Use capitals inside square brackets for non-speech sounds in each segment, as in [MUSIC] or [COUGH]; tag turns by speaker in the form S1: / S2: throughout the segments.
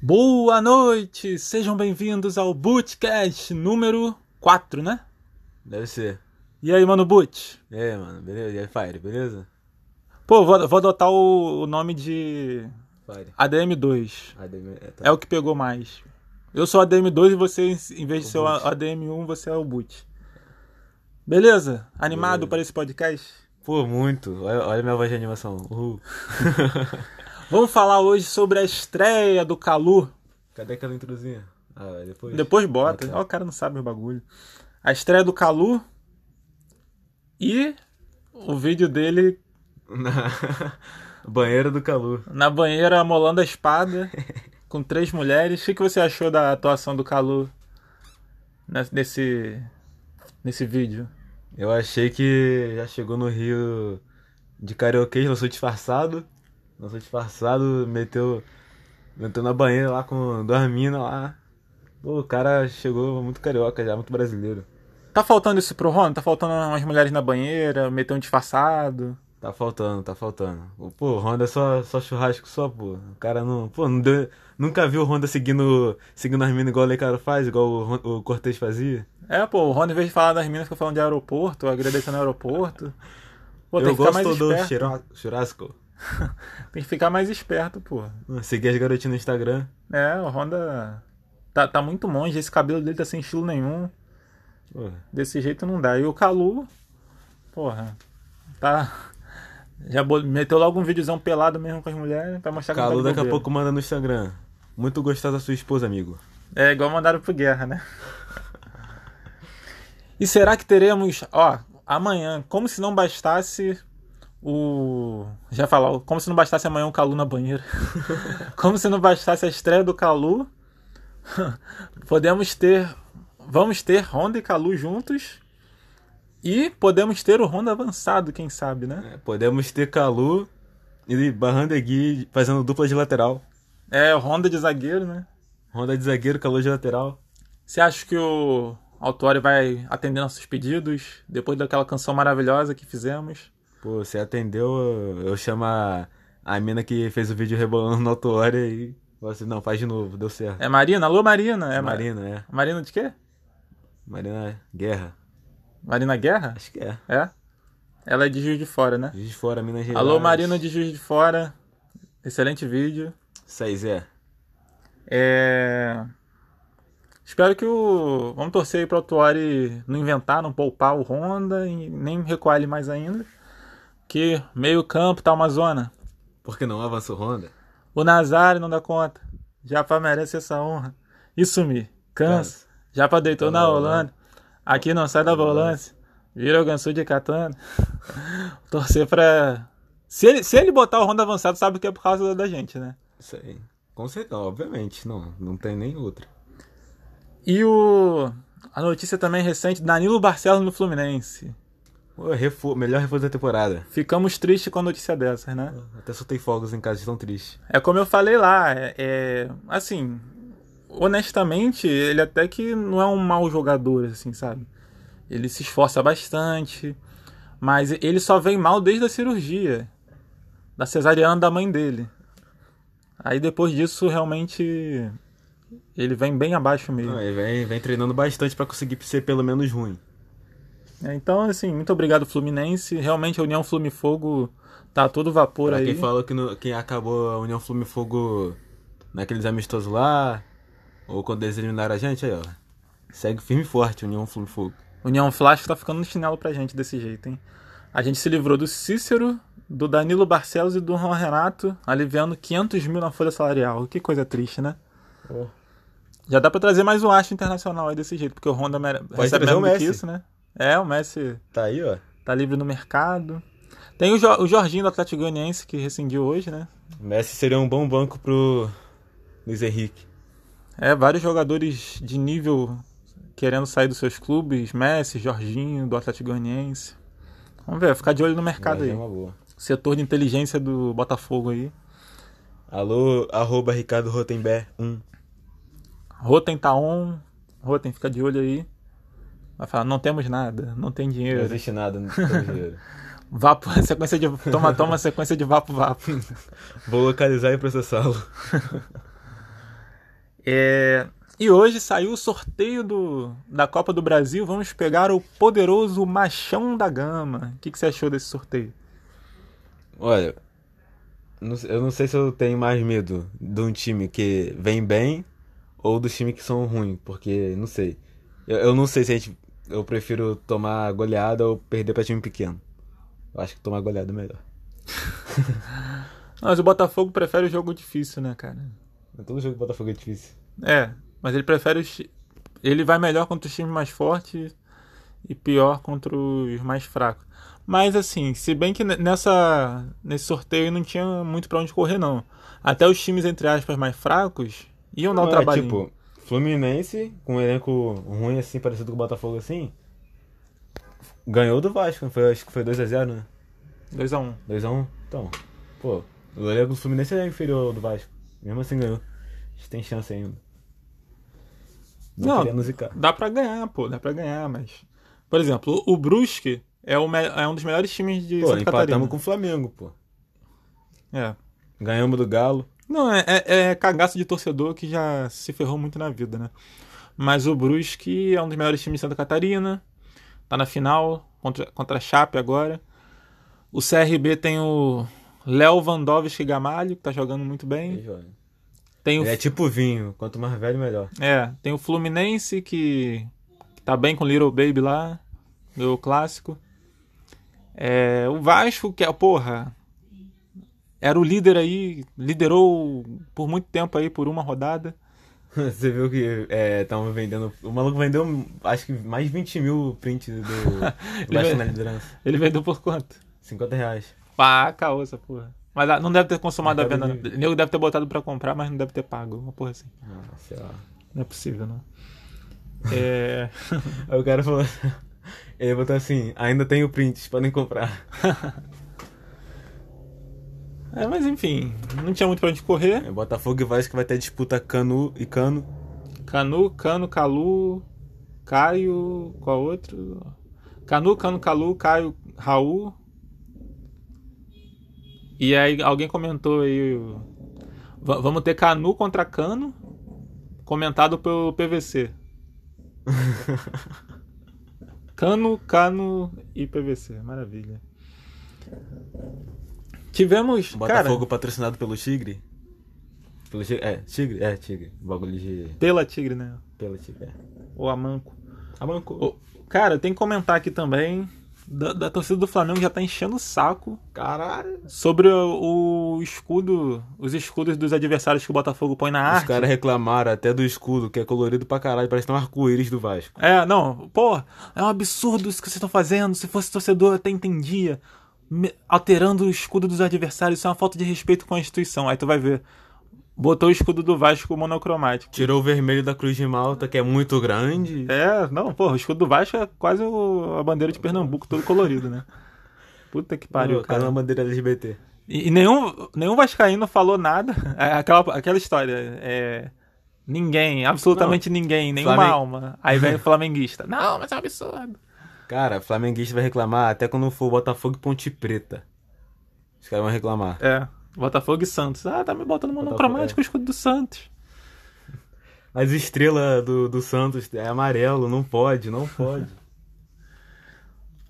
S1: Boa noite! Sejam bem-vindos ao Bootcast número 4, né?
S2: Deve ser.
S1: E aí, mano Boot?
S2: E aí, mano, beleza? E aí, Fire, beleza?
S1: Pô, vou, vou adotar o, o nome de
S2: Fire.
S1: ADM2.
S2: ADM, é, tá.
S1: É o que pegou mais. Eu sou ADM2 e você, em vez de
S2: O
S1: ser o
S2: Boot.
S1: ADM1, você é o Boot. Beleza? Animado
S2: Beleza.
S1: para esse podcast?
S2: Pô, muito. Olha, olha minha voz de animação. Uhul.
S1: Vamos falar hoje sobre a estreia do Calu.
S2: Cadê aquela introzinha? Ah, depois. [LAUGHS]
S1: Depois bota.
S2: Ah,
S1: Ó, o cara não sabe o bagulho. A estreia do Calu e o vídeo dele
S2: Na... Banheira do Calu.
S1: na banheira amolando a
S2: [LAUGHS]
S1: espada com três mulheres. O que que você achou da atuação do Calu nes- nesse, nesse vídeo?
S2: Eu achei que já chegou no Rio de karaokê, lançou disfarçado. Lançou disfarçado, meteu. Meteu na banheira lá com duas minas lá. Pô, o cara chegou muito carioca já, muito brasileiro.
S1: Tá faltando isso pro Ron? Tá faltando umas mulheres na banheira, meter um disfarçado.
S2: Tá faltando, tá faltando. O- Pô, o Honda é só, só churrasco só, pô. O cara não. Pô, não deu, nunca viu o Honda seguindo, seguindo as minas igual o Leicaro faz, igual o, Hon- o Cortez fazia.
S1: É, pô, o Ron, em vez de falar das minas, fica falando de aeroporto, agradecendo o aeroporto. Pô, tem
S2: Eu
S1: que ficar
S2: gosto
S1: mais
S2: do
S1: esperto.
S2: chura- churrasco.
S1: Tem que ficar mais esperto, pô.
S2: Ah, Segui as garotinhas no Instagram.
S1: É, o Honda tá, tá muito longe, esse cabelo dele tá sem estilo nenhum.
S2: Pô,
S1: Desse jeito não dá. E o Calu, porra, tá. Já bo- meteu logo um videozão pelado mesmo com as mulheres pra mostrar que não tá
S2: Calu
S1: de
S2: daqui a
S1: bobeira.
S2: pouco manda no Instagram. Muito gostosa sua esposa, amigo.
S1: É igual mandaram pro Guerra, né? e será que teremos, ó, amanhã, como se não bastasse o. Já falar, como se não bastasse amanhã o Calu na banheira. [LAUGHS] como se não bastasse a estreia do Calu, [LAUGHS] podemos ter. Vamos ter Honda e Calu juntos. E podemos ter o Honda avançado, quem sabe, né?
S2: É, podemos ter Calu e Barrandegui fazendo dupla de lateral.
S1: É, o Honda de zagueiro, né?
S2: Honda de zagueiro, Calu de lateral.
S1: Você acha que o Autório vai atender nossos pedidos depois daquela canção maravilhosa que fizemos?
S2: Pô, você atendeu, eu- eu chamo a, a mina que fez o vídeo rebolando na autora e falo assim, não, faz de novo, deu certo.
S1: É Marina? Alô, Marina? É Ma-
S2: Marina, é.
S1: Marina de quê?
S2: Marina Guerra.
S1: Marina Guerra?
S2: Acho que é.
S1: É? Ela é de Juiz de Fora, né?
S2: Juiz de fora, Minas Gerais.
S1: Alô, Marina de Juiz de Fora. Excelente vídeo.
S2: Seis é.
S1: É... Espero que o... Vamos torcer aí pro Autuori não inventar, não poupar o Honda e nem recuar ele mais ainda. Que meio campo tá uma zona.
S2: Por que não avança o Honda?
S1: O Nazário não dá conta. Japa merece essa honra. E sumir. Cansa. Japa deitou na
S2: Tá na
S1: Holanda. Aqui não sai da volância. Vira o ganso de Catana. [LAUGHS] Torcer pra. Se ele, se ele botar o Honda avançado, sabe que é por causa da gente, né?
S2: Isso aí. Com certeza, obviamente, não. Não tem nem outra.
S1: E o. A notícia também recente: Danilo Barcelos no Fluminense.
S2: Pô, refor melhor reforço da temporada.
S1: Ficamos tristes com a notícia dessas, né?
S2: Até soltei fogos em casa, de tão triste.
S1: É como eu falei lá, é, é, assim, honestamente, ele até que não é um mau jogador, assim, sabe? Ele se esforça bastante, mas ele só vem mal desde a cirurgia, da cesariana da mãe dele. Aí depois disso, realmente, ele vem bem abaixo mesmo.
S2: Não, ele vem, vem treinando bastante pra conseguir ser pelo menos ruim.
S1: É, Então, assim, muito obrigado, Fluminense. Realmente, a União Flume Fogo tá a todo vapor
S2: Pra
S1: aí.
S2: quem falou que no- quem acabou a União Flume Fogo naqueles amistosos lá, ou quando eles eliminaram a gente, aí ó. Segue firme e forte, União Flume Fogo.
S1: União Flash tá ficando no chinelo pra gente desse jeito, hein? A gente se livrou do Cícero, do Danilo Barcelos e do Juan Renato, aliviando 500 mil na folha salarial. Que coisa triste, né? Já dá pra trazer mais um astro internacional aí desse jeito, porque o Honda mere... recebe
S2: trazer
S1: mesmo
S2: o
S1: do que
S2: Messi.
S1: isso, né? É, o Messi
S2: Tá aí, ó.
S1: tá livre no mercado. Tem o, Jo- o Jorginho do Atlético Goianiense que rescindiu hoje, né?
S2: Messi seria um bom banco pro Luiz Henrique.
S1: É, vários jogadores de nível querendo sair dos seus clubes, Messi, Jorginho, do Atlético Goianiense. Vamos ver, ficar de olho no mercado
S2: Mas
S1: aí.
S2: é uma boa.
S1: setor de inteligência do Botafogo aí.
S2: Alô, arroba Ricardo Rotenberg 1.
S1: Rotem tá on. Rotem, fica de olho aí. Vai falar, não temos nada, não tem
S2: Não
S1: dinheiro.
S2: existe nada no dinheiro.
S1: Vapo, [LAUGHS] sequência de. Toma, toma, sequência de vapo, vapo.
S2: Vou localizar e processá-lo.
S1: É, E hoje saiu o sorteio do, da Copa do Brasil. Vamos pegar o poderoso Machão da Gama. O que, que você achou desse sorteio?
S2: Olha, não sei- eu não sei se eu tenho mais medo de um time que vem bem ou dos times que são ruins, porque não sei. Eu, eu não sei se a gente, eu prefiro tomar goleada ou perder pra time pequeno. Eu acho que tomar goleada é melhor.
S1: Mas o Botafogo prefere o jogo difícil, né, cara?
S2: Todo jogo do Botafogo é difícil.
S1: É, mas ele prefere os. ti- Ele vai melhor contra os times mais fortes e pior contra os mais fracos. Mas assim, se bem que ne- nessa nesse sorteio não tinha muito pra onde correr não. Até os times entre aspas mais fracos iam dar o
S2: Não, é
S1: trabalhinho.
S2: tipo, Fluminense, com um elenco ruim assim, parecido com o Botafogo assim, ganhou do Vasco, foi, acho que foi 2x0, né?
S1: 2 a 1.
S2: 2x1? Então, pô, o elenco do Fluminense é inferior ao do Vasco. Mesmo assim ganhou. A gente tem chance ainda. Não,
S1: Não.
S2: queria nos zicar.
S1: Dá pra ganhar, pô, dá pra ganhar, mas por exemplo, o Brusque é, o me- é um dos melhores times de
S2: Pô,
S1: Santa Catarina.
S2: empatamos com o Flamengo, pô.
S1: É.
S2: Ganhamos do Galo.
S1: Não, é, é, é cagaço de torcedor que já se ferrou muito na vida, né? Mas o Brusque é um dos melhores times de Santa Catarina. Tá na final contra, contra a Chape agora. O CRB tem o Léo Vandovski Gamalho, que tá jogando muito bem.
S2: Ele
S1: Tem o,
S2: é tipo vinho, quanto mais velho, melhor. [LAUGHS]
S1: é, tem o Fluminense, que, que tá bem com o Little Baby lá, do clássico. É, o Vasco, que é, porra, era o líder aí, liderou por muito tempo aí, por uma rodada.
S2: Você viu que estavam vendendo. O maluco vendeu acho que mais 20 mil prints
S1: [LAUGHS]
S2: do, do Vasco na liderança.
S1: Ele vendeu por quanto?
S2: 50 reais.
S1: Pá, caô essa porra. Mas ah, não deve ter consumado a
S2: Mercado
S1: venda. não. O nego deve ter botado pra comprar, mas não deve ter pago. Uma porra assim.
S2: Ah, sei lá.
S1: Não é possível, não. [LAUGHS] É.
S2: Aí o cara falou. assim, [LAUGHS] Ele botou assim, ainda tenho prints, podem comprar.
S1: é, Mas enfim, não tinha muito pra onde correr.
S2: É, Botafogo e Vasco vai ter disputa Canu e Cano.
S1: Canu, Cano, Calu, Caio. Qual outro? Canu, Cano, Calu, Caio, Raul. E aí alguém comentou aí. o- Va- Vamos ter Canu contra Cano. Comentado pelo PVC. Cano, cano e PVC. Maravilha. Tivemos.
S2: Botafogo
S1: Cara,
S2: patrocinado pelo Tigre. Pelo Tigre? É, Tigre? É, Tigre. Bagulho de.
S1: pela Tigre, né?
S2: Pelo Tigre. É.
S1: Ou a Manco.
S2: A bancou.
S1: Ô, cara, tem que comentar aqui também. Da, da torcida do Flamengo já tá enchendo o saco
S2: Caralho.
S1: sobre o, o escudo. Os escudos dos adversários que o Botafogo põe na
S2: Os
S1: arte.
S2: caras reclamaram até do escudo, que é colorido pra caralho, parece que tem um arco-íris do Vasco.
S1: É, não, pô, é um absurdo isso que vocês estão fazendo. Se fosse torcedor, eu até entendia. Me- alterando o escudo dos adversários, isso é uma falta de respeito com a instituição. Aí tu vai ver. Botou o escudo do Vasco monocromático.
S2: Tirou o vermelho da Cruz de Malta, que é muito grande.
S1: É, não, pô, o escudo do Vasco é quase o- a bandeira de Pernambuco, todo colorido, né? Puta que pariu,
S2: Pô, caiu Tá
S1: cara.
S2: na bandeira LGBT.
S1: E, e nenhum, nenhum vascaíno falou nada. [LAUGHS] É aquela, aquela história, é... Ninguém, absolutamente ninguém, nenhuma
S2: Flamen-
S1: alma. Aí vem o flamenguista. [LAUGHS] Não, mas é um absurdo.
S2: Cara, flamenguista vai reclamar até quando for Botafogo e Ponte Preta. Os caras vão reclamar.
S1: É. Botafogo e Santos. Ah, tá me botando monocromático o escudo do Santos.
S2: As estrelas do, do Santos é amarelo, não pode, não
S1: [LAUGHS]
S2: pode.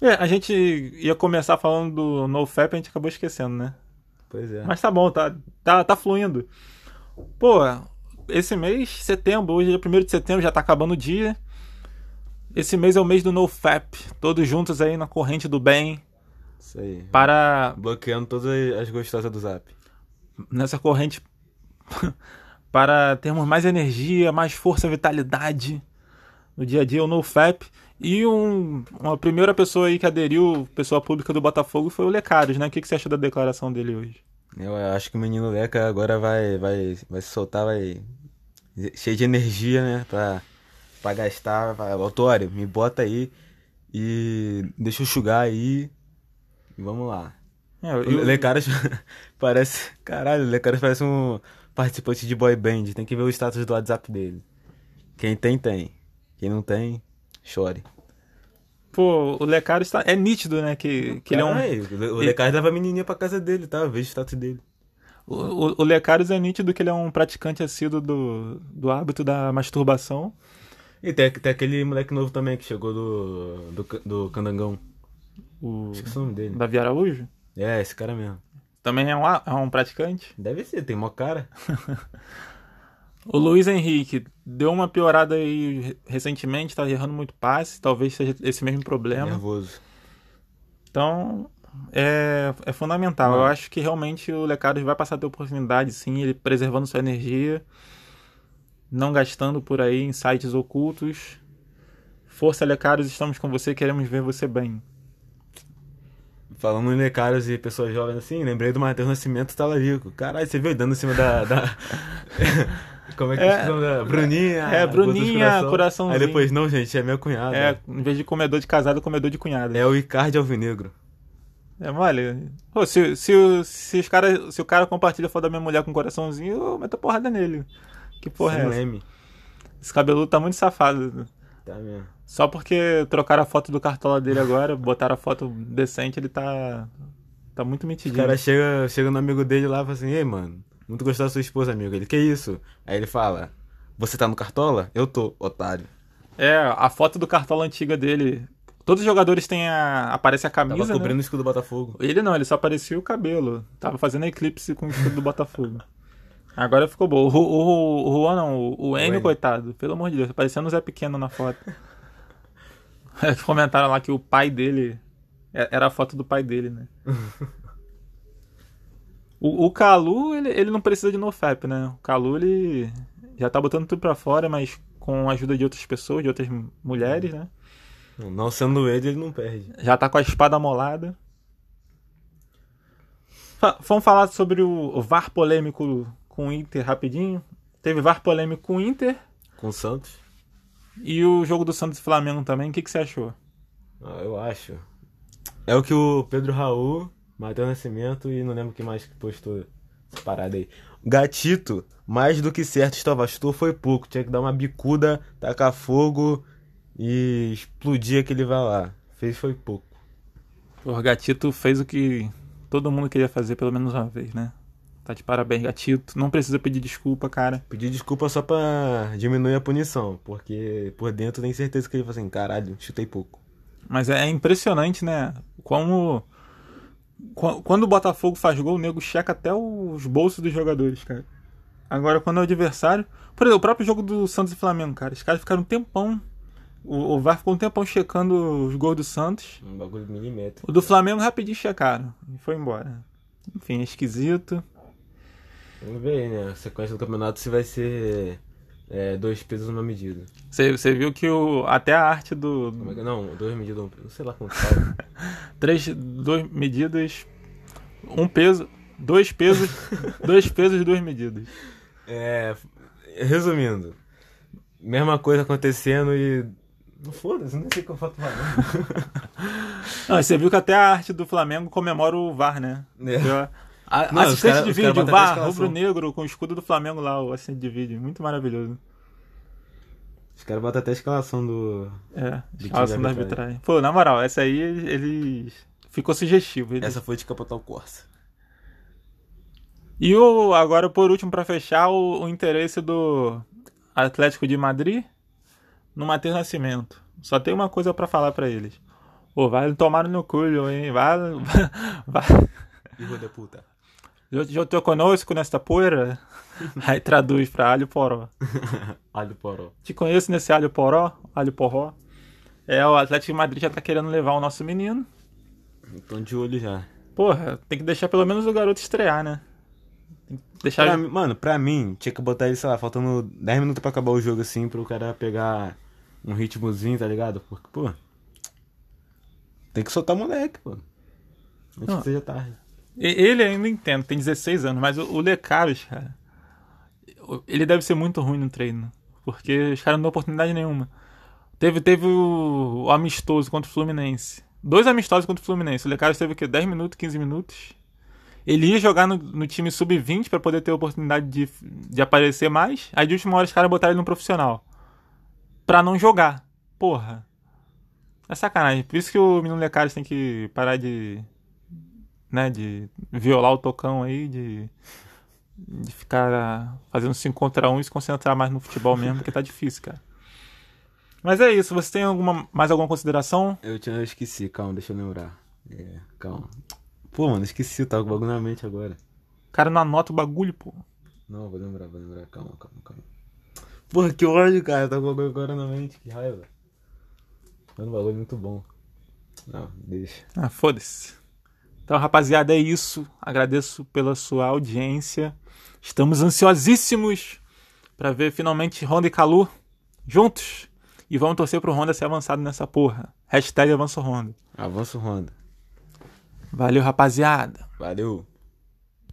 S1: É, a gente ia começar falando do NoFap, a gente acabou esquecendo, né?
S2: Pois é.
S1: Mas tá bom, tá, tá, tá fluindo. Pô, esse mês, setembro, hoje é 1 de setembro, já tá acabando o dia. Esse mês é o mês do NoFap. Todos juntos aí na corrente do bem.
S2: Isso aí.
S1: Para
S2: Bloqueando todas as gostosas do zap.
S1: nessa corrente [LAUGHS] para termos mais energia, mais força, vitalidade no dia a dia, o NoFap. E um, uma primeira pessoa aí que aderiu, pessoa pública do Botafogo, foi o Lecaros, né? O que, que você achou da declaração dele hoje?
S2: Eu acho que o menino Leca agora vai, vai, vai se soltar, vai. Cheio de energia, né? Pra, pra gastar. Vai, Autório, me bota aí e deixa eu enxugar aí. E vamos lá.
S1: É, eu-
S2: O Lecaros [LAUGHS] parece. Caralho, o Lecaros parece um participante de boy band. Tem que ver o status do WhatsApp dele. Quem tem, tem. Quem não tem, chore.
S1: pô, o Lecaros tá, é nítido, né? Que, que ele é um.
S2: Caralho, O Lecaros leva a menininha pra casa dele, tá? Veja o status dele.
S1: O, o, o Lecaros é nítido que ele é um praticante assíduo do, do hábito da masturbação.
S2: E tem, tem aquele moleque novo também que chegou do. do, Ca- do Candangão.
S1: O
S2: Esqueci o nome dele.
S1: Davi Araújo.
S2: É, esse cara mesmo.
S1: Também é um, a- é um praticante.
S2: Deve ser, tem mó cara.
S1: O Luiz Henrique deu uma piorada aí re- recentemente, tá errando muito passe, talvez seja esse mesmo problema.
S2: Nervoso.
S1: Então, é, é fundamental.
S2: Não.
S1: Eu acho que realmente o Lecaros vai passar a ter oportunidade, sim, ele preservando sua energia, não gastando por aí em sites ocultos. Força, Lecaros, estamos com você, queremos ver você bem.
S2: Falando em lecaros e pessoas jovens assim, lembrei do Matheus Nascimento Talarico. Caralho, você viu ele dando em cima da. [LAUGHS] da- Como é que
S1: É.
S2: é, chama? Da Bruninha.
S1: É,
S2: a gota do
S1: Bruninha, coraçãozinho.
S2: Aí depois, não, gente, é meu cunhado.
S1: É,
S2: É,
S1: em vez de comedor de casado, comedor de cunhada.
S2: o Icardi Alvinegro.
S1: É mole. Pô, se, se, o- se, os cara, se o cara compartilha a foto da minha mulher com um coraçãozinho, eu meto a porrada nele. Que porra
S2: Sem
S1: é essa?
S2: leme.
S1: Esse cabeludo tá muito safado.
S2: Tá mesmo.
S1: Só porque trocaram a foto do cartola dele agora, botaram a foto decente, ele tá. tá muito
S2: O
S1: metidinho.
S2: cara chega, chega no amigo dele lá e fala assim, ei, mano, muito gostar da sua esposa, amigo. Ele, que isso? Aí ele fala, você tá no Cartola? Eu tô, otário.
S1: É, a foto do cartola antiga dele. Todos os jogadores têm a. aparece a
S2: Tava
S1: camisa.
S2: cobrindo
S1: Né?
S2: o escudo do Botafogo.
S1: Ele não, ele só aparecia o cabelo. Tava fazendo eclipse com o escudo do Botafogo. Agora ficou bom. O, Ru- o, Ru- o Juan não, o, o Enio,
S2: Enio.
S1: coitado. Pelo amor de Deus, tá parecendo o Zé Pequeno na foto. [LAUGHS] É, Comentaram lá que o pai dele. é- Era a foto do pai dele, né? O, o Calu, ele, ele não precisa de NoFap, né? O Calu, ele já tá botando tudo pra fora, mas com a ajuda de outras pessoas, de outras m- mulheres, né?
S2: Não sendo ele, ele não perde.
S1: Já tá com a espada amolada. Fa- Vamos falar sobre o o VAR polêmico com o Inter rapidinho. Teve VAR polêmico com o Inter
S2: Com o Santos,
S1: e o jogo do Santos e Flamengo também. O que, que você achou?
S2: ah, eu acho. É o que o Pedro Raul, Matheus Nascimento e não lembro quem mais que postou essa parada aí. Gatito, mais do que certo, estovastou, foi pouco. Tinha que dar uma bicuda, tacar fogo e explodir aquele vai lá. Fez foi pouco.
S1: O Gatito fez o que todo mundo queria fazer pelo menos uma vez, né? Tá de parabéns, Gatito. Não precisa pedir desculpa, cara.
S2: Pedir desculpa só pra diminuir a punição, porque por dentro tem certeza que ele fala assim, caralho, chutei pouco.
S1: Mas é impressionante, né? Como. qu- Quando o Botafogo faz gol, o nego checa até os bolsos dos jogadores, cara. Agora, quando é o adversário. Por exemplo, o próprio jogo do Santos e Flamengo, cara. Os caras ficaram um tempão. O, o VAR ficou um tempão checando os gols do Santos.
S2: Um bagulho de milímetro.
S1: O do Flamengo rapidinho checaram. E foi embora. Enfim, é esquisito.
S2: Vamos ver aí, né? A sequência do campeonato se vai ser é, dois pesos numa medida.
S1: Você você viu que o, até a arte do.
S2: Como é que- Não, dois medidas, um peso. Não sei lá como que fala.
S1: Três, duas medidas. Um peso. Dois pesos. [LAUGHS] dois pesos, duas medidas.
S2: [LAUGHS] É, resumindo, mesma coisa acontecendo e. Não foda-se, não sei o que eu falo falando.
S1: Não, e você viu que até a arte do Flamengo comemora o VAR, né?
S2: [LAUGHS] É.
S1: Porque, ó, a-
S2: Não, os
S1: assistente
S2: cara-
S1: de
S2: os cara
S1: vídeo,
S2: botam até a
S1: VAR,
S2: escalação.
S1: rubro-negro, com o escudo do Flamengo lá, o assistente de vídeo. Muito maravilhoso.
S2: Os caras botam até a escalação do.
S1: É,
S2: De
S1: escalação
S2: time
S1: da
S2: arbitragem.
S1: arbitragem. Pô, na moral, essa aí eles. Ficou sugestivo. Eles-
S2: Essa foi de Capitão Corsa.
S1: E o, agora, por último, pra fechar, o, o interesse do Atlético de Madrid no Matheus Nascimento. Só tem uma coisa pra falar pra eles. Ô, vai tomar no culo, hein? Vai. [LAUGHS] vai.
S2: Hijo de puta.
S1: Eu, eu tô conosco nesta poeira. Aí traduz pra alho poró.
S2: Alho poró.
S1: Te conheço nesse alho poró, alho porró. É, o Atlético de Madrid já tá querendo levar o nosso menino.
S2: Tô de olho já.
S1: Porra, tem que deixar pelo menos o garoto estrear, né? Tem que deixar.
S2: Pra mim- mano, pra mim, tinha que botar ele, sei lá, faltando 10 minutos pra acabar o jogo, assim, pro cara pegar um ritmozinho, tá ligado? Porque, pô. Tem que soltar o moleque, pô. Antes
S1: Não.
S2: que seja tarde.
S1: E- Ele ainda entendo, tem 16 anos, mas o, o Lecaros, cara. o- Ele deve ser muito ruim no treino. Porque os caras não dão oportunidade nenhuma. Teve, teve o, o amistoso contra o Fluminense. Dois amistosos contra o Fluminense. O Lecaros teve o quê? 10 minutos, 15 minutos? Ele ia jogar no, no time sub-20 pra poder ter a oportunidade de, de aparecer mais. Aí de última hora os caras botaram ele no profissional. Pra não jogar. Porra. É sacanagem. Por isso que o menino Lecaros tem que parar de. né, de violar o tocão aí, de de ficar ah, fazendo 5 contra 1 um e se concentrar mais no futebol mesmo, porque tá difícil, cara. Mas é isso, você tem alguma, mais alguma consideração?
S2: Eu, tinha, eu esqueci, calma, deixa eu lembrar. É, calma. Pô, mano, esqueci, tá com o bagulho na mente agora.
S1: O cara não anota o bagulho, pô.
S2: Não, vou lembrar, vou lembrar, calma, calma, calma. Porra, que ódio, cara, tá com o bagulho agora na mente, que raiva. Mano, um bagulho muito bom. Não, deixa.
S1: Ah, foda-se. Então, rapaziada, é isso. Agradeço pela sua audiência. Estamos ansiosíssimos pra ver finalmente Honda e Calu juntos. E vamos torcer pro Honda ser avançado nessa porra. Hashtag avança o Honda.
S2: Avanço, Honda.
S1: Valeu, rapaziada.
S2: Valeu.